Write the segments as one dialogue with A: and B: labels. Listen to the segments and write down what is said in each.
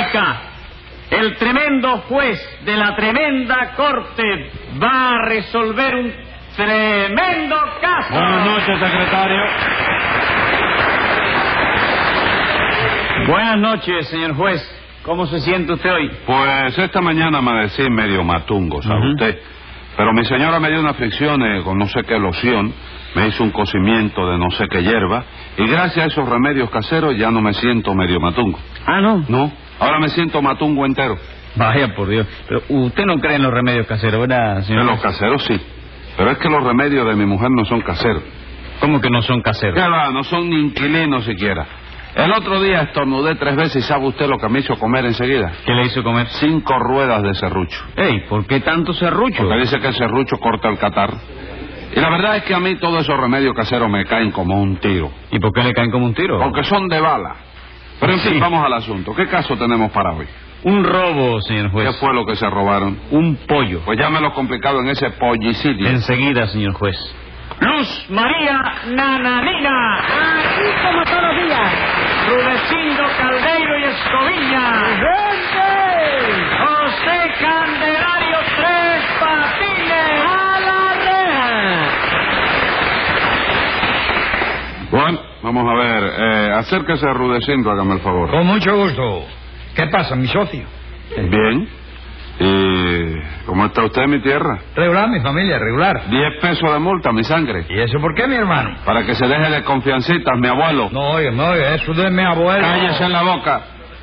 A: acá. El tremendo juez de la tremenda corte va a resolver un tremendo caso.
B: Buenas noches, secretario.
A: Buenas noches, señor juez. ¿Cómo se siente usted hoy?
B: Pues esta mañana amanecí medio matungo, ¿sabe
A: Ujú.
B: usted? Pero mi señora me dio una fricción eh, con no sé qué loción, me hizo un cocimiento de no sé qué hierba, y gracias a esos remedios caseros ya no me siento medio matungo.
A: Ah, no.
B: No, ahora me siento matungo entero.
A: Vaya por Dios. Pero usted no cree en los remedios caseros, ¿verdad,
B: En
A: señor?
B: los caseros sí, pero es que los remedios de mi mujer no son caseros.
A: ¿Cómo que no son caseros?
B: Ya va, no son ni inquilinos siquiera. El otro día estornudé tres veces y ¿sabe usted lo que me hizo comer enseguida?
A: ¿Qué le hizo comer?
B: Cinco ruedas de serrucho.
A: Ey, ¿por qué tanto serrucho?
B: Porque dice que el serrucho corta el catar. Y la verdad es que a mí todos esos remedios caseros me caen como un tiro.
A: ¿Y por qué le caen como un tiro?
B: Porque son de bala. Pero en fin,
A: Sí.
B: vamos al asunto. ¿Qué caso tenemos para hoy?
A: Un robo, señor juez.
B: ¿Qué fue lo que se robaron?
A: Un pollo.
B: Pues llámelo complicado en ese pollicidio.
A: Enseguida, señor juez. Luz María Nananina,
C: Aquí como todos los días.
A: Rudecindo Caldeiro y Escoviña,
C: ¡Gente!
A: José Candelario Tres Patines.
C: ¡A la reja!
B: Bueno, vamos a ver. Eh, acérquese a Rudecindo, hágame el favor.
D: Con mucho gusto. ¿Qué pasa, mi socio?
B: Bien. ¿Y cómo está usted, mi tierra?
D: Regular, mi familia, regular.
B: Diez pesos de multa, mi sangre.
D: ¿Y eso por qué, mi hermano?
B: Para que se deje de confiancitas, mi abuelo.
D: No, oye, no, oye, eso de mi abuelo.
B: Cállese en la boca.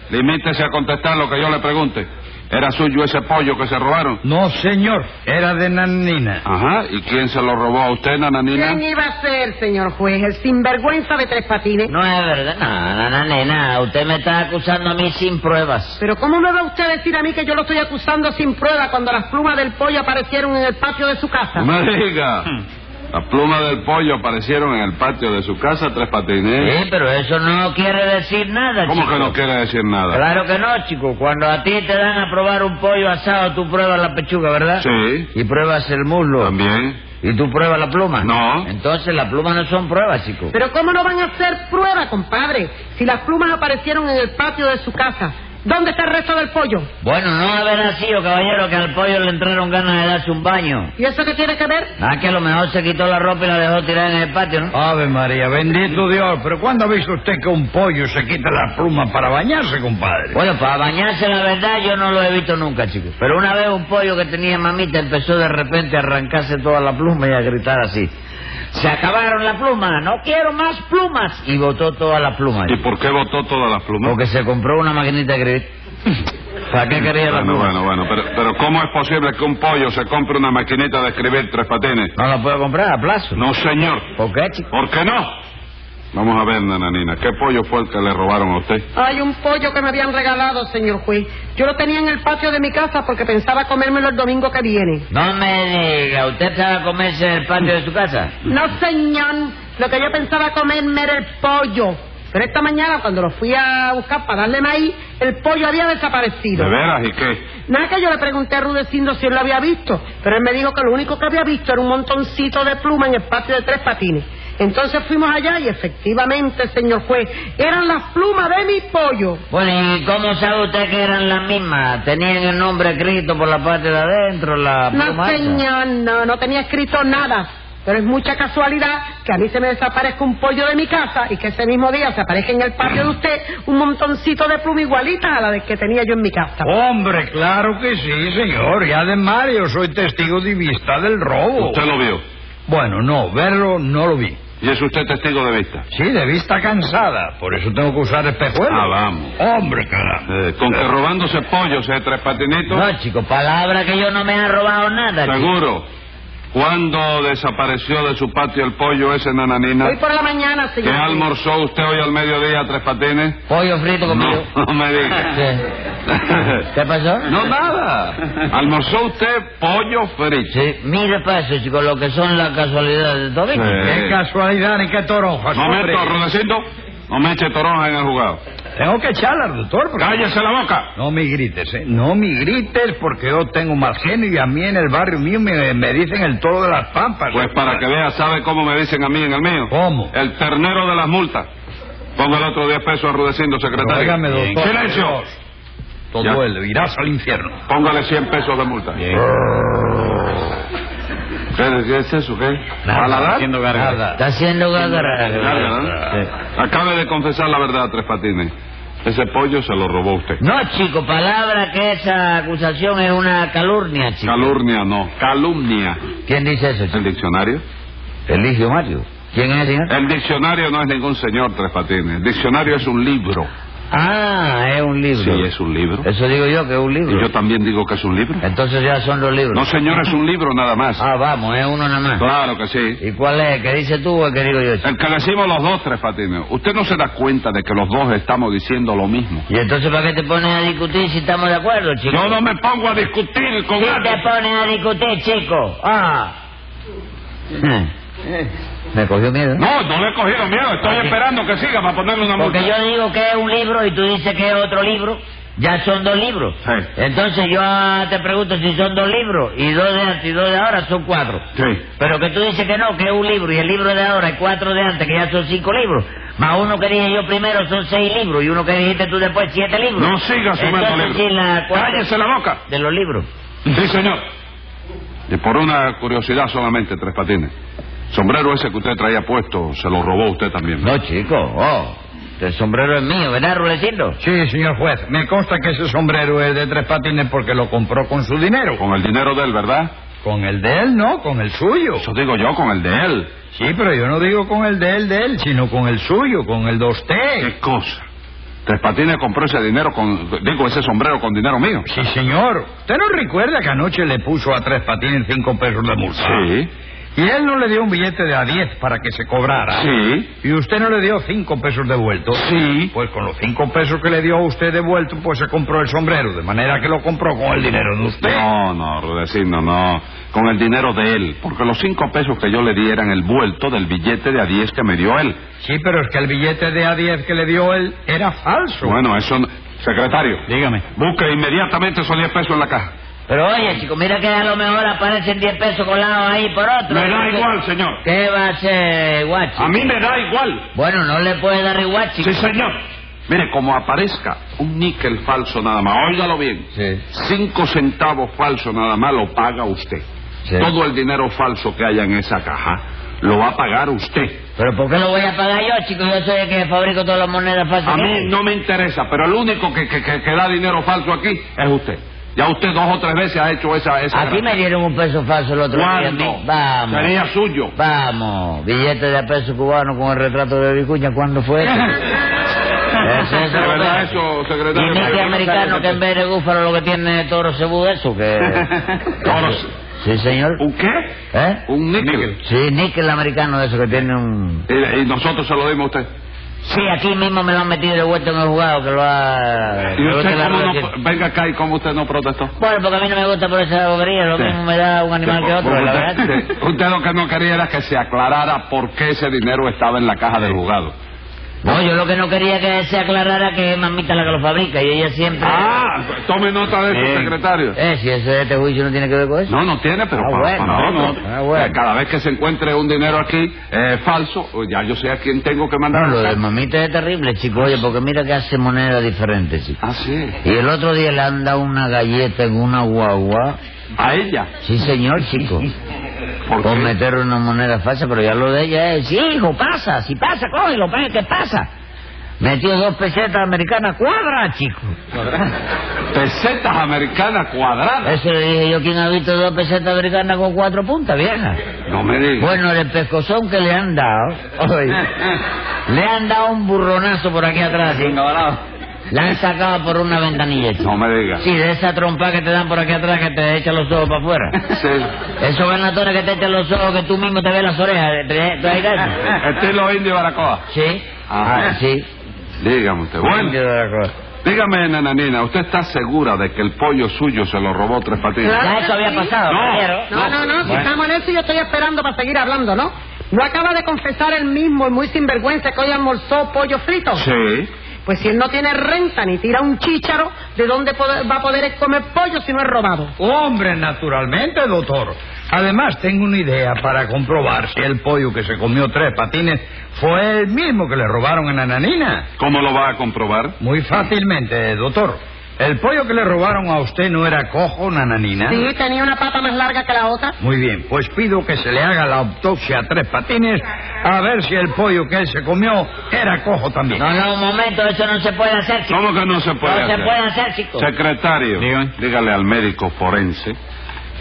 B: Limítese a contestar lo que yo le pregunte. ¿Era suyo ese pollo que se robaron?
D: No, señor, era de Nanina.
B: Ajá. ¿Y quién se lo robó a usted,
C: ¿Quién
B: nananina?
C: iba a ser, señor juez? El sinvergüenza de tres patines.
E: No es verdad, no, no, no, nena, usted me está acusando a mí sin pruebas.
C: Pero ¿cómo me va usted a decir a mí que yo lo estoy acusando sin prueba cuando las plumas del pollo aparecieron en el patio de su casa?
B: No me diga. Las plumas del pollo aparecieron en el patio de su casa, Tres Patines.
E: Sí, pero eso no quiere decir nada,
B: ¿Cómo
E: chico.
B: que no quiere decir nada?
E: Claro que no, chico. Cuando a ti te dan a probar un pollo asado, tú pruebas la pechuga, ¿verdad?
B: Sí.
E: Y pruebas el muslo.
B: También.
E: ¿Y tú pruebas la pluma?
B: No.
E: Entonces las plumas no son pruebas, chico.
C: Pero ¿cómo no van a hacer prueba, compadre? Si las plumas aparecieron en el patio de su casa. ¿Dónde está el resto del pollo?
E: Bueno, no habrá sido, caballero, que al pollo le entraron ganas de darse un baño.
C: ¿Y eso qué tiene que ver?
E: Ah, que a lo mejor se quitó la ropa y la dejó tirar en el patio, ¿no?
D: Ave María, bendito Dios, pero ¿cuándo ha visto usted que un pollo se quita las plumas para bañarse, compadre?
E: Bueno, para bañarse la verdad yo no lo he visto nunca, chicos. Pero una vez un pollo que tenía mamita empezó de repente a arrancarse toda la pluma y a gritar así. Se acabaron las plumas, no quiero más plumas. Y botó toda la pluma.
B: ¿Y por qué botó todas las plumas?
E: Porque se compró una maquinita de escribir. ¿Para qué quería la
B: Bueno,
E: pluma?
B: bueno, bueno. Pero, pero ¿cómo es posible que un pollo se compre una maquinita de escribir, Tres Patines?
E: No la puedo comprar a plazo.
B: No, señor.
E: ¿Por qué, chico?
B: ¿Por qué no? Vamos a ver, nananina. ¿Qué pollo fue el que le robaron a usted?
C: Hay un pollo que me habían regalado, señor juez. Yo lo tenía en el patio de mi casa porque pensaba comérmelo el domingo que viene.
E: No me diga, ¿usted estaba a comerse en el patio de su casa?
C: No, señor. Lo que yo pensaba comerme era el pollo. Pero esta mañana, cuando lo fui a buscar para darle maíz, el pollo había
B: ¿De
C: desaparecido.
B: veras? ¿Y qué?
C: Nada que yo le pregunté a Rudecindo si él lo había visto, pero él me dijo que lo único que había visto era un montoncito de pluma en el patio de tres patines. Entonces fuimos allá y efectivamente, señor juez, eran las plumas de mi pollo.
E: Bueno, ¿y cómo sabe usted que eran las mismas? ¿Tenían el nombre escrito por la parte de adentro, la
C: No,
E: pluma esa?
C: señor, no, no tenía escrito nada. Pero es mucha casualidad que a mí se me desaparezca un pollo de mi casa y que ese mismo día se aparezca en el patio de usted un montoncito de pluma igualita a la de que tenía yo en mi casa.
D: Hombre, claro que sí, señor, y además yo soy testigo de vista del robo.
B: Usted lo vio.
D: Bueno, no, verlo no lo vi.
B: Y es usted testigo de vista.
D: Sí, de vista cansada, por eso tengo que usar espejuelos.
B: Ah, vamos.
D: Hombre, caramba.
B: Eh, con que robándose pollos, eh, Tres Patinitos.
E: No, chico, palabra que yo no me ha robado nada. chico.
B: Seguro. ¿Cuándo desapareció de su patio el pollo ese,
C: Hoy
B: nananina?
C: por la mañana,
B: ¿Qué
C: señor. juez.
B: almorzó usted hoy al mediodía, Tres Patines?
E: Pollo frito
B: No,
E: conmigo.
B: no me diga.
E: ¿Qué pasó?
B: No, nada. ¿Almorzó usted pollo frito?
E: Sí, mire paso, chico, lo que son las casualidades de todo esto.
B: Sí.
D: Qué casualidad ni qué toronjas, hombre.
B: Momento, Rudecindo. No me eche toronja en el jugado.
D: Tengo que echarla, doctor. porque-
B: ¡Cállese la boca!
D: No me grites, ¿eh? No me grites porque yo tengo mal genio y a mí en el barrio mío me, me dicen el toro de las pampas.
B: Pues para que vea, ¿sabe cómo me dicen a mí en el mío?
D: ¿Cómo?
B: El ternero de las multas. Pongo el otro 10 pesos a Rudecindo, secretario.
D: Óigame, doctor.
B: ¡Silencio!
D: Todo
B: Ya.
D: duele, irás al infierno.
B: Póngale 100 pesos de multa. ¿Qué, qué es eso? ¿Qué? ¿Paladar?
A: Haciendo gárgaras.
E: Está haciendo
B: Gárgara,
E: gárgaras.
B: ¿no? Acabe de confesar la verdad, Tres Patines. Ese pollo se lo robó usted.
E: No, chico, palabra que esa acusación es una calurnia, chico.
B: Calurnia, no. Calumnia.
E: ¿Quién dice eso,
B: ¿El
E: chico?
B: diccionario?
E: Eligio Mario. ¿Quién es, señor?
B: El diccionario no es ningún señor, Tres Patines. El diccionario es un libro.
E: Ah, es un libro.
B: Sí, es un libro.
E: Eso digo yo, que es un
B: Y
E: libro.
B: yo también digo que es un libro.
E: Entonces ya son los libros.
B: No, señor, es un libro nada más.
E: Ah, vamos, es uno nada más.
B: Claro que sí.
E: ¿Y cuál es? ¿Qué dices tú o el que digo yo? chico?
B: El que decimos los dos, Tres Patines. Usted no se da cuenta de que los dos estamos diciendo lo mismo.
E: ¿Y entonces para qué te pones a discutir si estamos de acuerdo, chico?
B: Yo no me pongo a discutir con
E: ¿Sí te
B: nadie.
E: pones a discutir, chico? Ah. Eh. Me cogió miedo.
B: Eh. No, no le he cogido miedo. Estoy
E: Aquí.
B: esperando que siga para ponerle una multa.
E: Porque yo digo que es un libro y tú dices que es otro libro. Ya son dos libros.
B: Sí.
E: Entonces yo ah, te pregunto si son dos libros. Y dos de antes y dos de ahora son cuatro.
B: Sí.
E: Pero que tú dices que no, que es un libro. Y el libro de ahora y cuatro de antes, que ya son cinco libros. Más uno que dije yo primero son seis libros. Y uno que dijiste tú después, siete libros.
B: No siga sumando
E: Entonces,
B: libros.
E: si la cuarta
B: Cállese la boca.
E: de los libros.
B: Sí, señor. Y por una curiosidad solamente, Tres Patines. Sombrero ese que usted traía puesto, se lo robó usted también.
E: No, chico. Oh, el sombrero es mío, ¿verdad, Rulecindo?
D: Sí, señor juez. Me consta que ese sombrero es de tres patines porque lo compró con su dinero.
B: Con el dinero de él, ¿verdad?
D: Con el de él, no, con el suyo.
B: Eso digo yo, con el de él.
D: Sí, pero yo no digo con el de él, de él, sino con el suyo, con el de usted.
B: ¿Qué cosa? Tres Patines compró ese dinero con... Digo, ese sombrero con dinero mío.
D: Sí, señor. ¿Usted no recuerda que anoche le puso a tres patines cinco pesos de multa?
B: Sí,
D: Y él no le dio un billete de a diez para que se cobrara.
B: sí.
D: ¿Y usted no le dio cinco pesos devueltos?
B: Sí.
D: Pues con los cinco pesos que le dio a usted devuelto, pues se compró el sombrero, de manera que lo compró con el dinero de usted.
B: No, no, Rudecindo, no. Con el dinero de él. Porque los cinco pesos que yo le di eran el vuelto del billete de a diez que me dio él.
D: Sí, pero es que el billete de a diez que le dio él era falso.
B: Bueno, eso... no- Secretario.
D: Dígame.
B: Busque inmediatamente esos diez pesos en la caja.
E: Pero oye, chico, mira que a lo mejor aparecen 10 pesos colados ahí por otro.
B: Me da igual, señor.
E: ¿Qué va a hacer, guacho?
B: A mí me da igual.
E: Bueno, no le puede dar igual, chico.
B: Sí, señor. Mire, como aparezca un níquel falso nada más, óigalo bien.
D: Sí.
B: Cinco centavos falso nada más lo paga usted.
D: Sí.
B: Todo el dinero falso que haya en esa caja lo va a pagar usted.
E: Pero ¿por qué lo voy a pagar yo, chico? Yo soy el que fabrico todas las monedas falsas.
B: A
E: que
B: mí
E: hay.
B: no me interesa, pero el único que, que- que- que da dinero falso aquí es usted. Ya usted dos o tres veces ha hecho esa... esa
E: Aquí me dieron un peso falso el otro día. a mí.
B: ¿Cuándo?
E: Vamos.
B: Sería suyo.
E: Vamos, billete de a peso cubano con el retrato de Vicuña, ¿cuándo fue eso? Eso es
B: De
E: lo
B: verdad
E: que-
B: eso,
E: Y
B: secretario?
E: ni que americano que en vez de búfalo lo que tiene es toro cebú eso, que...
B: Toros.
E: Sí, señor.
B: ¿Un qué?
E: ¿Eh?
B: Un níquel.
E: Sí, níquel americano de eso que tiene un...
B: Y, y nosotros se lo dimos a usted.
E: Sí, aquí mismo me lo han metido de vuelta en el jugado que lo ha...
B: ¿Y
E: lo que
B: usted
E: la
B: cómo no,
E: roba-
B: venga acá y cómo usted no protestó?
E: Bueno, porque a mí no me gusta por esa bobería, lo
B: Sí.
E: mismo me da un animal que otro, la verdad.
B: Usted, usted lo que no quería era que se aclarara por qué ese dinero estaba en la caja del juzgado.
E: No, yo lo que no quería que se aclarara que es mamita la que lo fabrica y ella siempre...
B: Ah, tome nota de eso,
E: Bien.
B: secretario.
E: Eh, si eso de este juicio no tiene que ver con eso.
B: No, no tiene, pero
E: Ah,
B: para,
E: bueno,
B: para
E: bueno.
B: otro.
E: Ah, bueno.
B: Eh, Cada vez que se encuentre un dinero aquí eh, falso, pues ya yo sé a quién tengo que mandar.
E: No, lo de mamita es terrible, chico, oye, porque mira que hace monedas diferentes, chico.
B: Ah, sí.
E: Y el otro día le han dado una galleta en una guagua.
B: A ella.
E: Sí, señor, chico.
B: ¿Por
E: Por
B: qué?
E: meter una moneda falsa, pero ya lo de ella es, sí, hijo, pasa, si pasa, cógelo, paga, que pasa. Metió dos pesetas americanas cuadra, chico.
B: Pesetas americanas cuadradas.
E: Eso le dije yo, ¿quién ha visto dos pesetas americanas con cuatro puntas, vieja?
B: No me diga. Eh,
E: Bueno, el pescozón que le han dado, oye, le han dado un burronazo por aquí atrás, ¿sí? La han sacado por una ventanilla, chico.
B: No me diga.
E: Sí, de esa trompa que te dan por aquí atrás que te echan los ojos para afuera.
B: Sí.
E: Esos ganadores que te echan los ojos que tú mismo te ves las orejas. ¿eh? ¿te- ¿Tú hay de eso?
B: Estilo Este indio Baracoa.
E: Sí.
B: Ajá.
E: Ah, sí.
B: Dígame usted.
E: Indio
B: Bueno,
E: de la Cruz.
B: dígame, nananina, ¿usted está segura de que el pollo suyo se lo robó Tres Patines?
C: Claro
E: Ya
C: que
E: eso había
C: sí.
E: pasado,
B: No.
E: caballero.
C: No, no, no, si
E: Bueno.
C: estamos en eso yo estoy esperando para seguir hablando, ¿no? No acaba de confesar él mismo, el muy sinvergüenza, que hoy almorzó pollo frito.
B: Sí.
C: Pues si él no tiene renta ni tira un chícharo, ¿de dónde poder- va a poder comer pollo si no es robado?
D: Hombre, naturalmente, doctor. Además, tengo una idea para comprobar si el pollo que se comió tres patines fue el mismo que le robaron a Nananina.
B: ¿Cómo lo va a comprobar?
D: Muy fácilmente, doctor. El pollo que le robaron a usted no era cojo, nananina.
C: Sí, tenía una pata más larga que la otra.
D: Muy bien, pues pido que se le haga la autopsia a tres patines a ver si el pollo que él se comió era cojo también.
E: No, no, un momento, eso no se puede hacer, chico.
B: ¿Cómo que no se puede
E: No
B: hacer?
E: se puede hacer, chico.
B: Secretario,
A: Dígame.
B: dígale al médico forense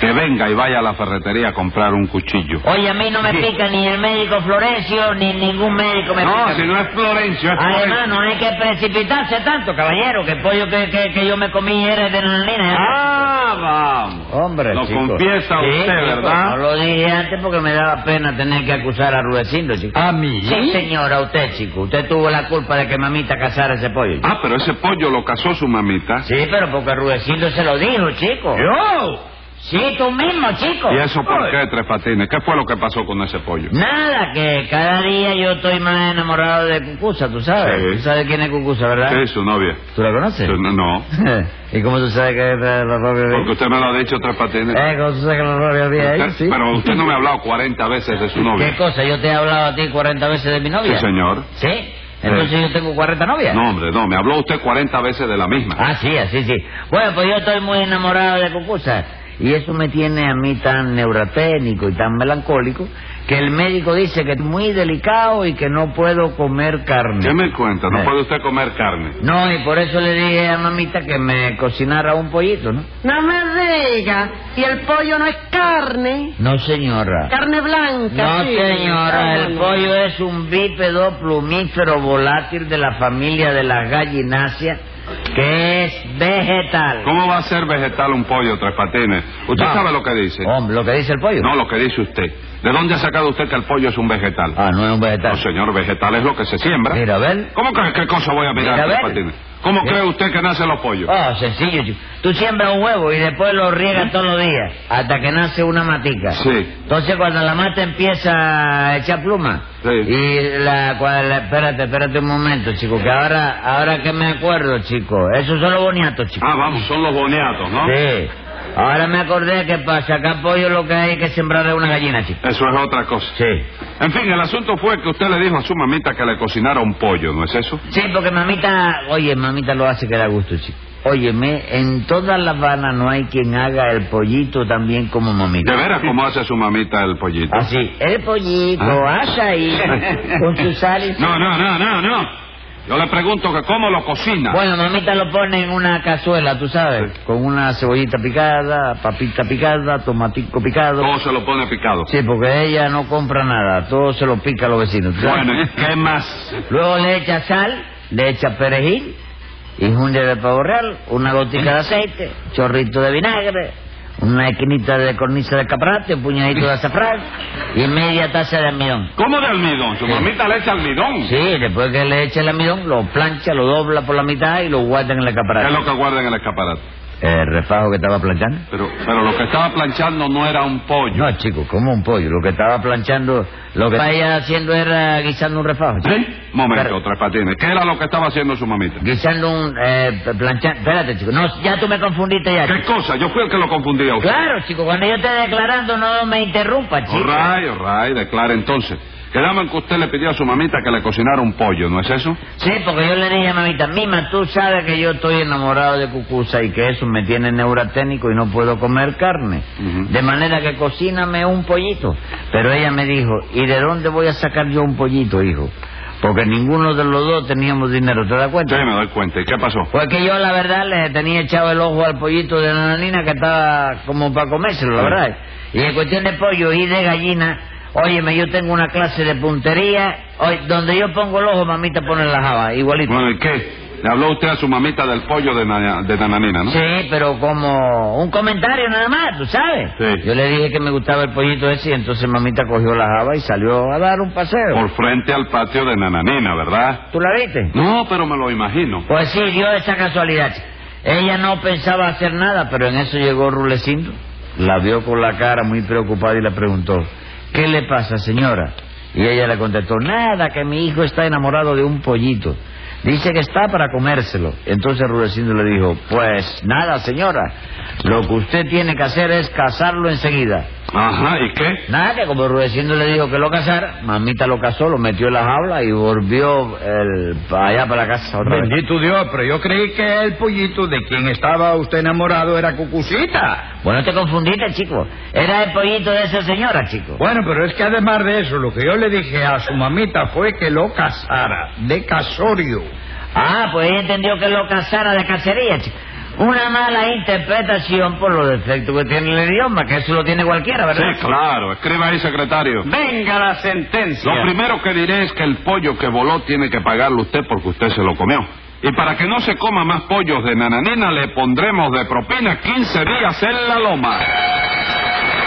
B: que venga y vaya a la ferretería a comprar un cuchillo.
E: Oye, a mí no me pica ni el médico Florencio, ni ningún médico me pica.
B: No, si no es Florencio, es
E: Además,
B: Florencio.
E: no hay que precipitarse tanto, caballero, que el pollo que, que, que yo me comí era de ¿eh? nananina.
B: Ah, vamos.
E: Hombre,
B: Lo
E: chico.
B: confiesa
E: Sí,
B: usted,
E: chico,
B: ¿verdad?
E: No lo dije antes porque me daba pena tener que acusar a Rudecindo, chico.
B: Ah,
D: ¿A mí?
E: Sí, señora, usted, chico. Usted tuvo la culpa de que mamita cazara ese pollo. chico.
B: Ah, pero ese pollo lo casó su mamita.
E: Sí, pero porque Rudecindo se lo dijo, chico.
D: ¿Yo?
E: Sí, tú mismo, chico.
B: ¿Y eso por qué, Tres Patines? ¿Qué fue lo que pasó con ese pollo?
E: ¿Eh? Nada, que cada día yo estoy más enamorado de Cucusa, tú sabes.
B: Sí.
E: Tú sabes quién es Cucusa, ¿verdad?
B: Sí, su novia.
E: ¿Tú la conoces?
B: No, no,
E: ¿Y cómo tú sabes que es la la propia vida?
B: porque usted me lo ha dicho, Tres Patines.
E: Eh, ¿cómo tú sabes que es la propia vida?
B: Usted-
E: ahí? sí.
B: Pero usted no me ha hablado 40 veces de su
E: ¿Qué
B: novia.
E: cosa? Yo te he hablado a ti 40 veces de mi novia.
B: Sí, señor.
E: ¿Sí? Entonces yo tengo 40 novias.
B: No, hombre, no, me habló usted 40 veces de la misma.
E: Ah, sí, así, sí. Bueno, pues yo estoy muy enamorado de Cucusa. Y eso me tiene a mí tan neuraténico y tan melancólico que el médico dice que es muy delicado y que no puedo comer carne.
B: ¿Qué me cuenta? ¿No
E: Eh.
B: puede usted comer carne?
E: No, y por eso le dije a mamita que me cocinara un pollito, ¿no?
C: No me diga, y el pollo no es carne,
E: No, señora.
C: carne blanca.
E: No,
C: sí.
E: señora,
C: Ah,
E: el
C: no.
E: pollo es un bípedo plumífero volátil de la familia de las gallináceas que es vegetal.
B: ¿Cómo va a ser vegetal un pollo, Tres Patines? ¿Usted
E: Vamos.
B: sabe lo que dice?
E: Hombre, lo que dice el pollo.
B: No, lo que dice usted. ¿De dónde ha sacado usted que el pollo es un vegetal?
E: Ah, no es un vegetal.
B: No, señor, vegetal es lo que se siembra.
E: Mira, a ver.
B: ¿Cómo que qué cosa voy a mirar,
E: Mira, a
B: Tres
E: ver.
B: Patines? ¿Cómo
E: Mira.
B: cree usted que nacen los pollos?
E: Ah, sencillo, chico. Tú siembras un huevo y después lo riegas todos los días hasta que nace una matica.
B: Sí.
E: Entonces cuando la mata empieza a echar pluma
B: Sí.
E: y la, cua- la- espérate, espérate un momento, chico, que ahora ahora que me acuerdo, chico, eso son los boniatos, chico.
B: Ah, vamos, son los boniatos, ¿no?
E: Sí. Ahora me acordé que para sacar pollo lo que hay que sembrar es una gallina, chico.
B: Eso es otra cosa.
E: Sí.
B: En fin, el asunto fue que usted le dijo a su mamita que le cocinara un pollo, ¿no es eso?
E: Sí, porque mamita, oye, mamita lo hace que da gusto, chico. Óyeme, en toda La Habana no hay quien haga el pollito también como mamita.
B: ¿De veras cómo hace su mamita el pollito?
E: Así, el pollito,
B: Ah.
E: haz ahí, con su sal y su-
B: No, no, no, no, no. Yo le pregunto que cómo lo cocina.
E: Bueno, mamita lo pone en una cazuela, tú sabes, con una cebollita picada, papita picada, tomatico picado.
B: Todo se lo pone picado.
E: Sí, porque ella no compra nada, todo se lo pica a los vecinos. ¿tú sabes?
B: Bueno, ¿eh? ¿y qué más?
E: Luego le echa sal, le echa perejil, y jundia de pavo real, una gotica de aceite, chorrito de vinagre, una esquinita de cornisa de caprate, un puñadito de azafrán y media taza de almidón.
B: ¿Cómo de almidón? Su mamita le echa almidón.
E: Sí, después que le echa el almidón, lo plancha, lo dobla por la mitad y lo guarda en el
B: ¿Qué es
E: escaparate.
B: lo que guarda en el escaparate?
E: El refajo que estaba planchando.
B: Pero, pero lo que estaba planchando no era un pollo.
E: No, chico, como un pollo. Lo que estaba planchando, lo que estaba ella haciendo era guisando un refajo. chico.
B: ¿Sí? Momento,
E: Pero-
B: Tres Patines. ¿Qué era lo que estaba haciendo su mamita?
E: Guisando un... Eh, planchando... Espérate, chico. No, ya tú me confundiste ya,
B: ¿Qué
E: chico.
B: cosa? Yo fui el que lo confundía a usted.
E: Claro, chico, cuando yo esté declarando no me interrumpa, chico.
B: Orray, orray, declara entonces. Quedamos en que usted le pidió a su mamita que le cocinara un pollo, ¿no es eso?
E: Sí, porque yo le dije a mamita, Mima, tú sabes que yo estoy enamorado de Cucusa y que eso me tiene neuraténico y no puedo comer carne.
B: Ujú.
E: De manera que cocíname un pollito. Pero ella me dijo, ¿y de dónde voy a sacar yo un pollito, hijo? Porque ninguno de los dos teníamos dinero, ¿te das
B: Sí,
E: cuenta?
B: me doy cuenta. ¿Y qué pasó?
E: Pues que yo, la verdad, le tenía echado el ojo al pollito de nananina que estaba como para comérselo, la
B: Sí.
E: verdad. Y en cuestión de pollo y de gallina, óyeme, yo tengo una clase de puntería. oy- donde yo pongo el ojo, mamita pone la java, igualito.
B: Bueno, ¿y qué? Le habló usted a su mamita del pollo de, nana- de Nananina, ¿no?
E: Sí, pero como un comentario nada más, ¿tú sabes?
B: Sí.
E: Yo le dije que me gustaba el pollito ese y entonces mamita cogió la java y salió a dar un paseo.
B: Por frente al patio de Nananina, ¿verdad?
E: ¿Tú la viste?
B: No, pero me lo imagino.
E: Pues sí, dio esa casualidad. Ella no pensaba hacer nada, pero en eso llegó Rulecindo. La vio con la cara muy preocupada y le preguntó, ¿qué le pasa, señora? Y ella le contestó, nada, que mi hijo está enamorado de un pollito. Dice que está para comérselo. Entonces Rudecindo le dijo, pues nada, señora, lo que usted tiene que hacer es casarlo enseguida.
B: Ajá, ¿y qué?
E: Nada, que como Rudecindo le dijo que lo casara, mamita lo casó, lo metió en la jaula y volvió el, para allá para la casa otra vez.
D: Bendito Dios, pero yo creí que el pollito de quien estaba usted enamorado era Cucucita.
E: Bueno, te confundiste, chico. Era el pollito de esa señora, chico.
D: Bueno, pero es que además de eso, lo que yo le dije a su mamita fue que lo casara, de casorio.
E: Ah, pues ella entendió que lo casara de cacería, chico. Una mala interpretación por los defectos que tiene el idioma, que eso lo tiene cualquiera,
B: Sí,
E: ¿verdad?
B: claro, escriba ahí, secretario.
A: Venga la sentencia.
B: Lo primero que diré es que el pollo que voló tiene que pagarlo usted porque usted se lo comió. Y para que no se coma más pollos de nananina, le pondremos de propina 15 días en la loma.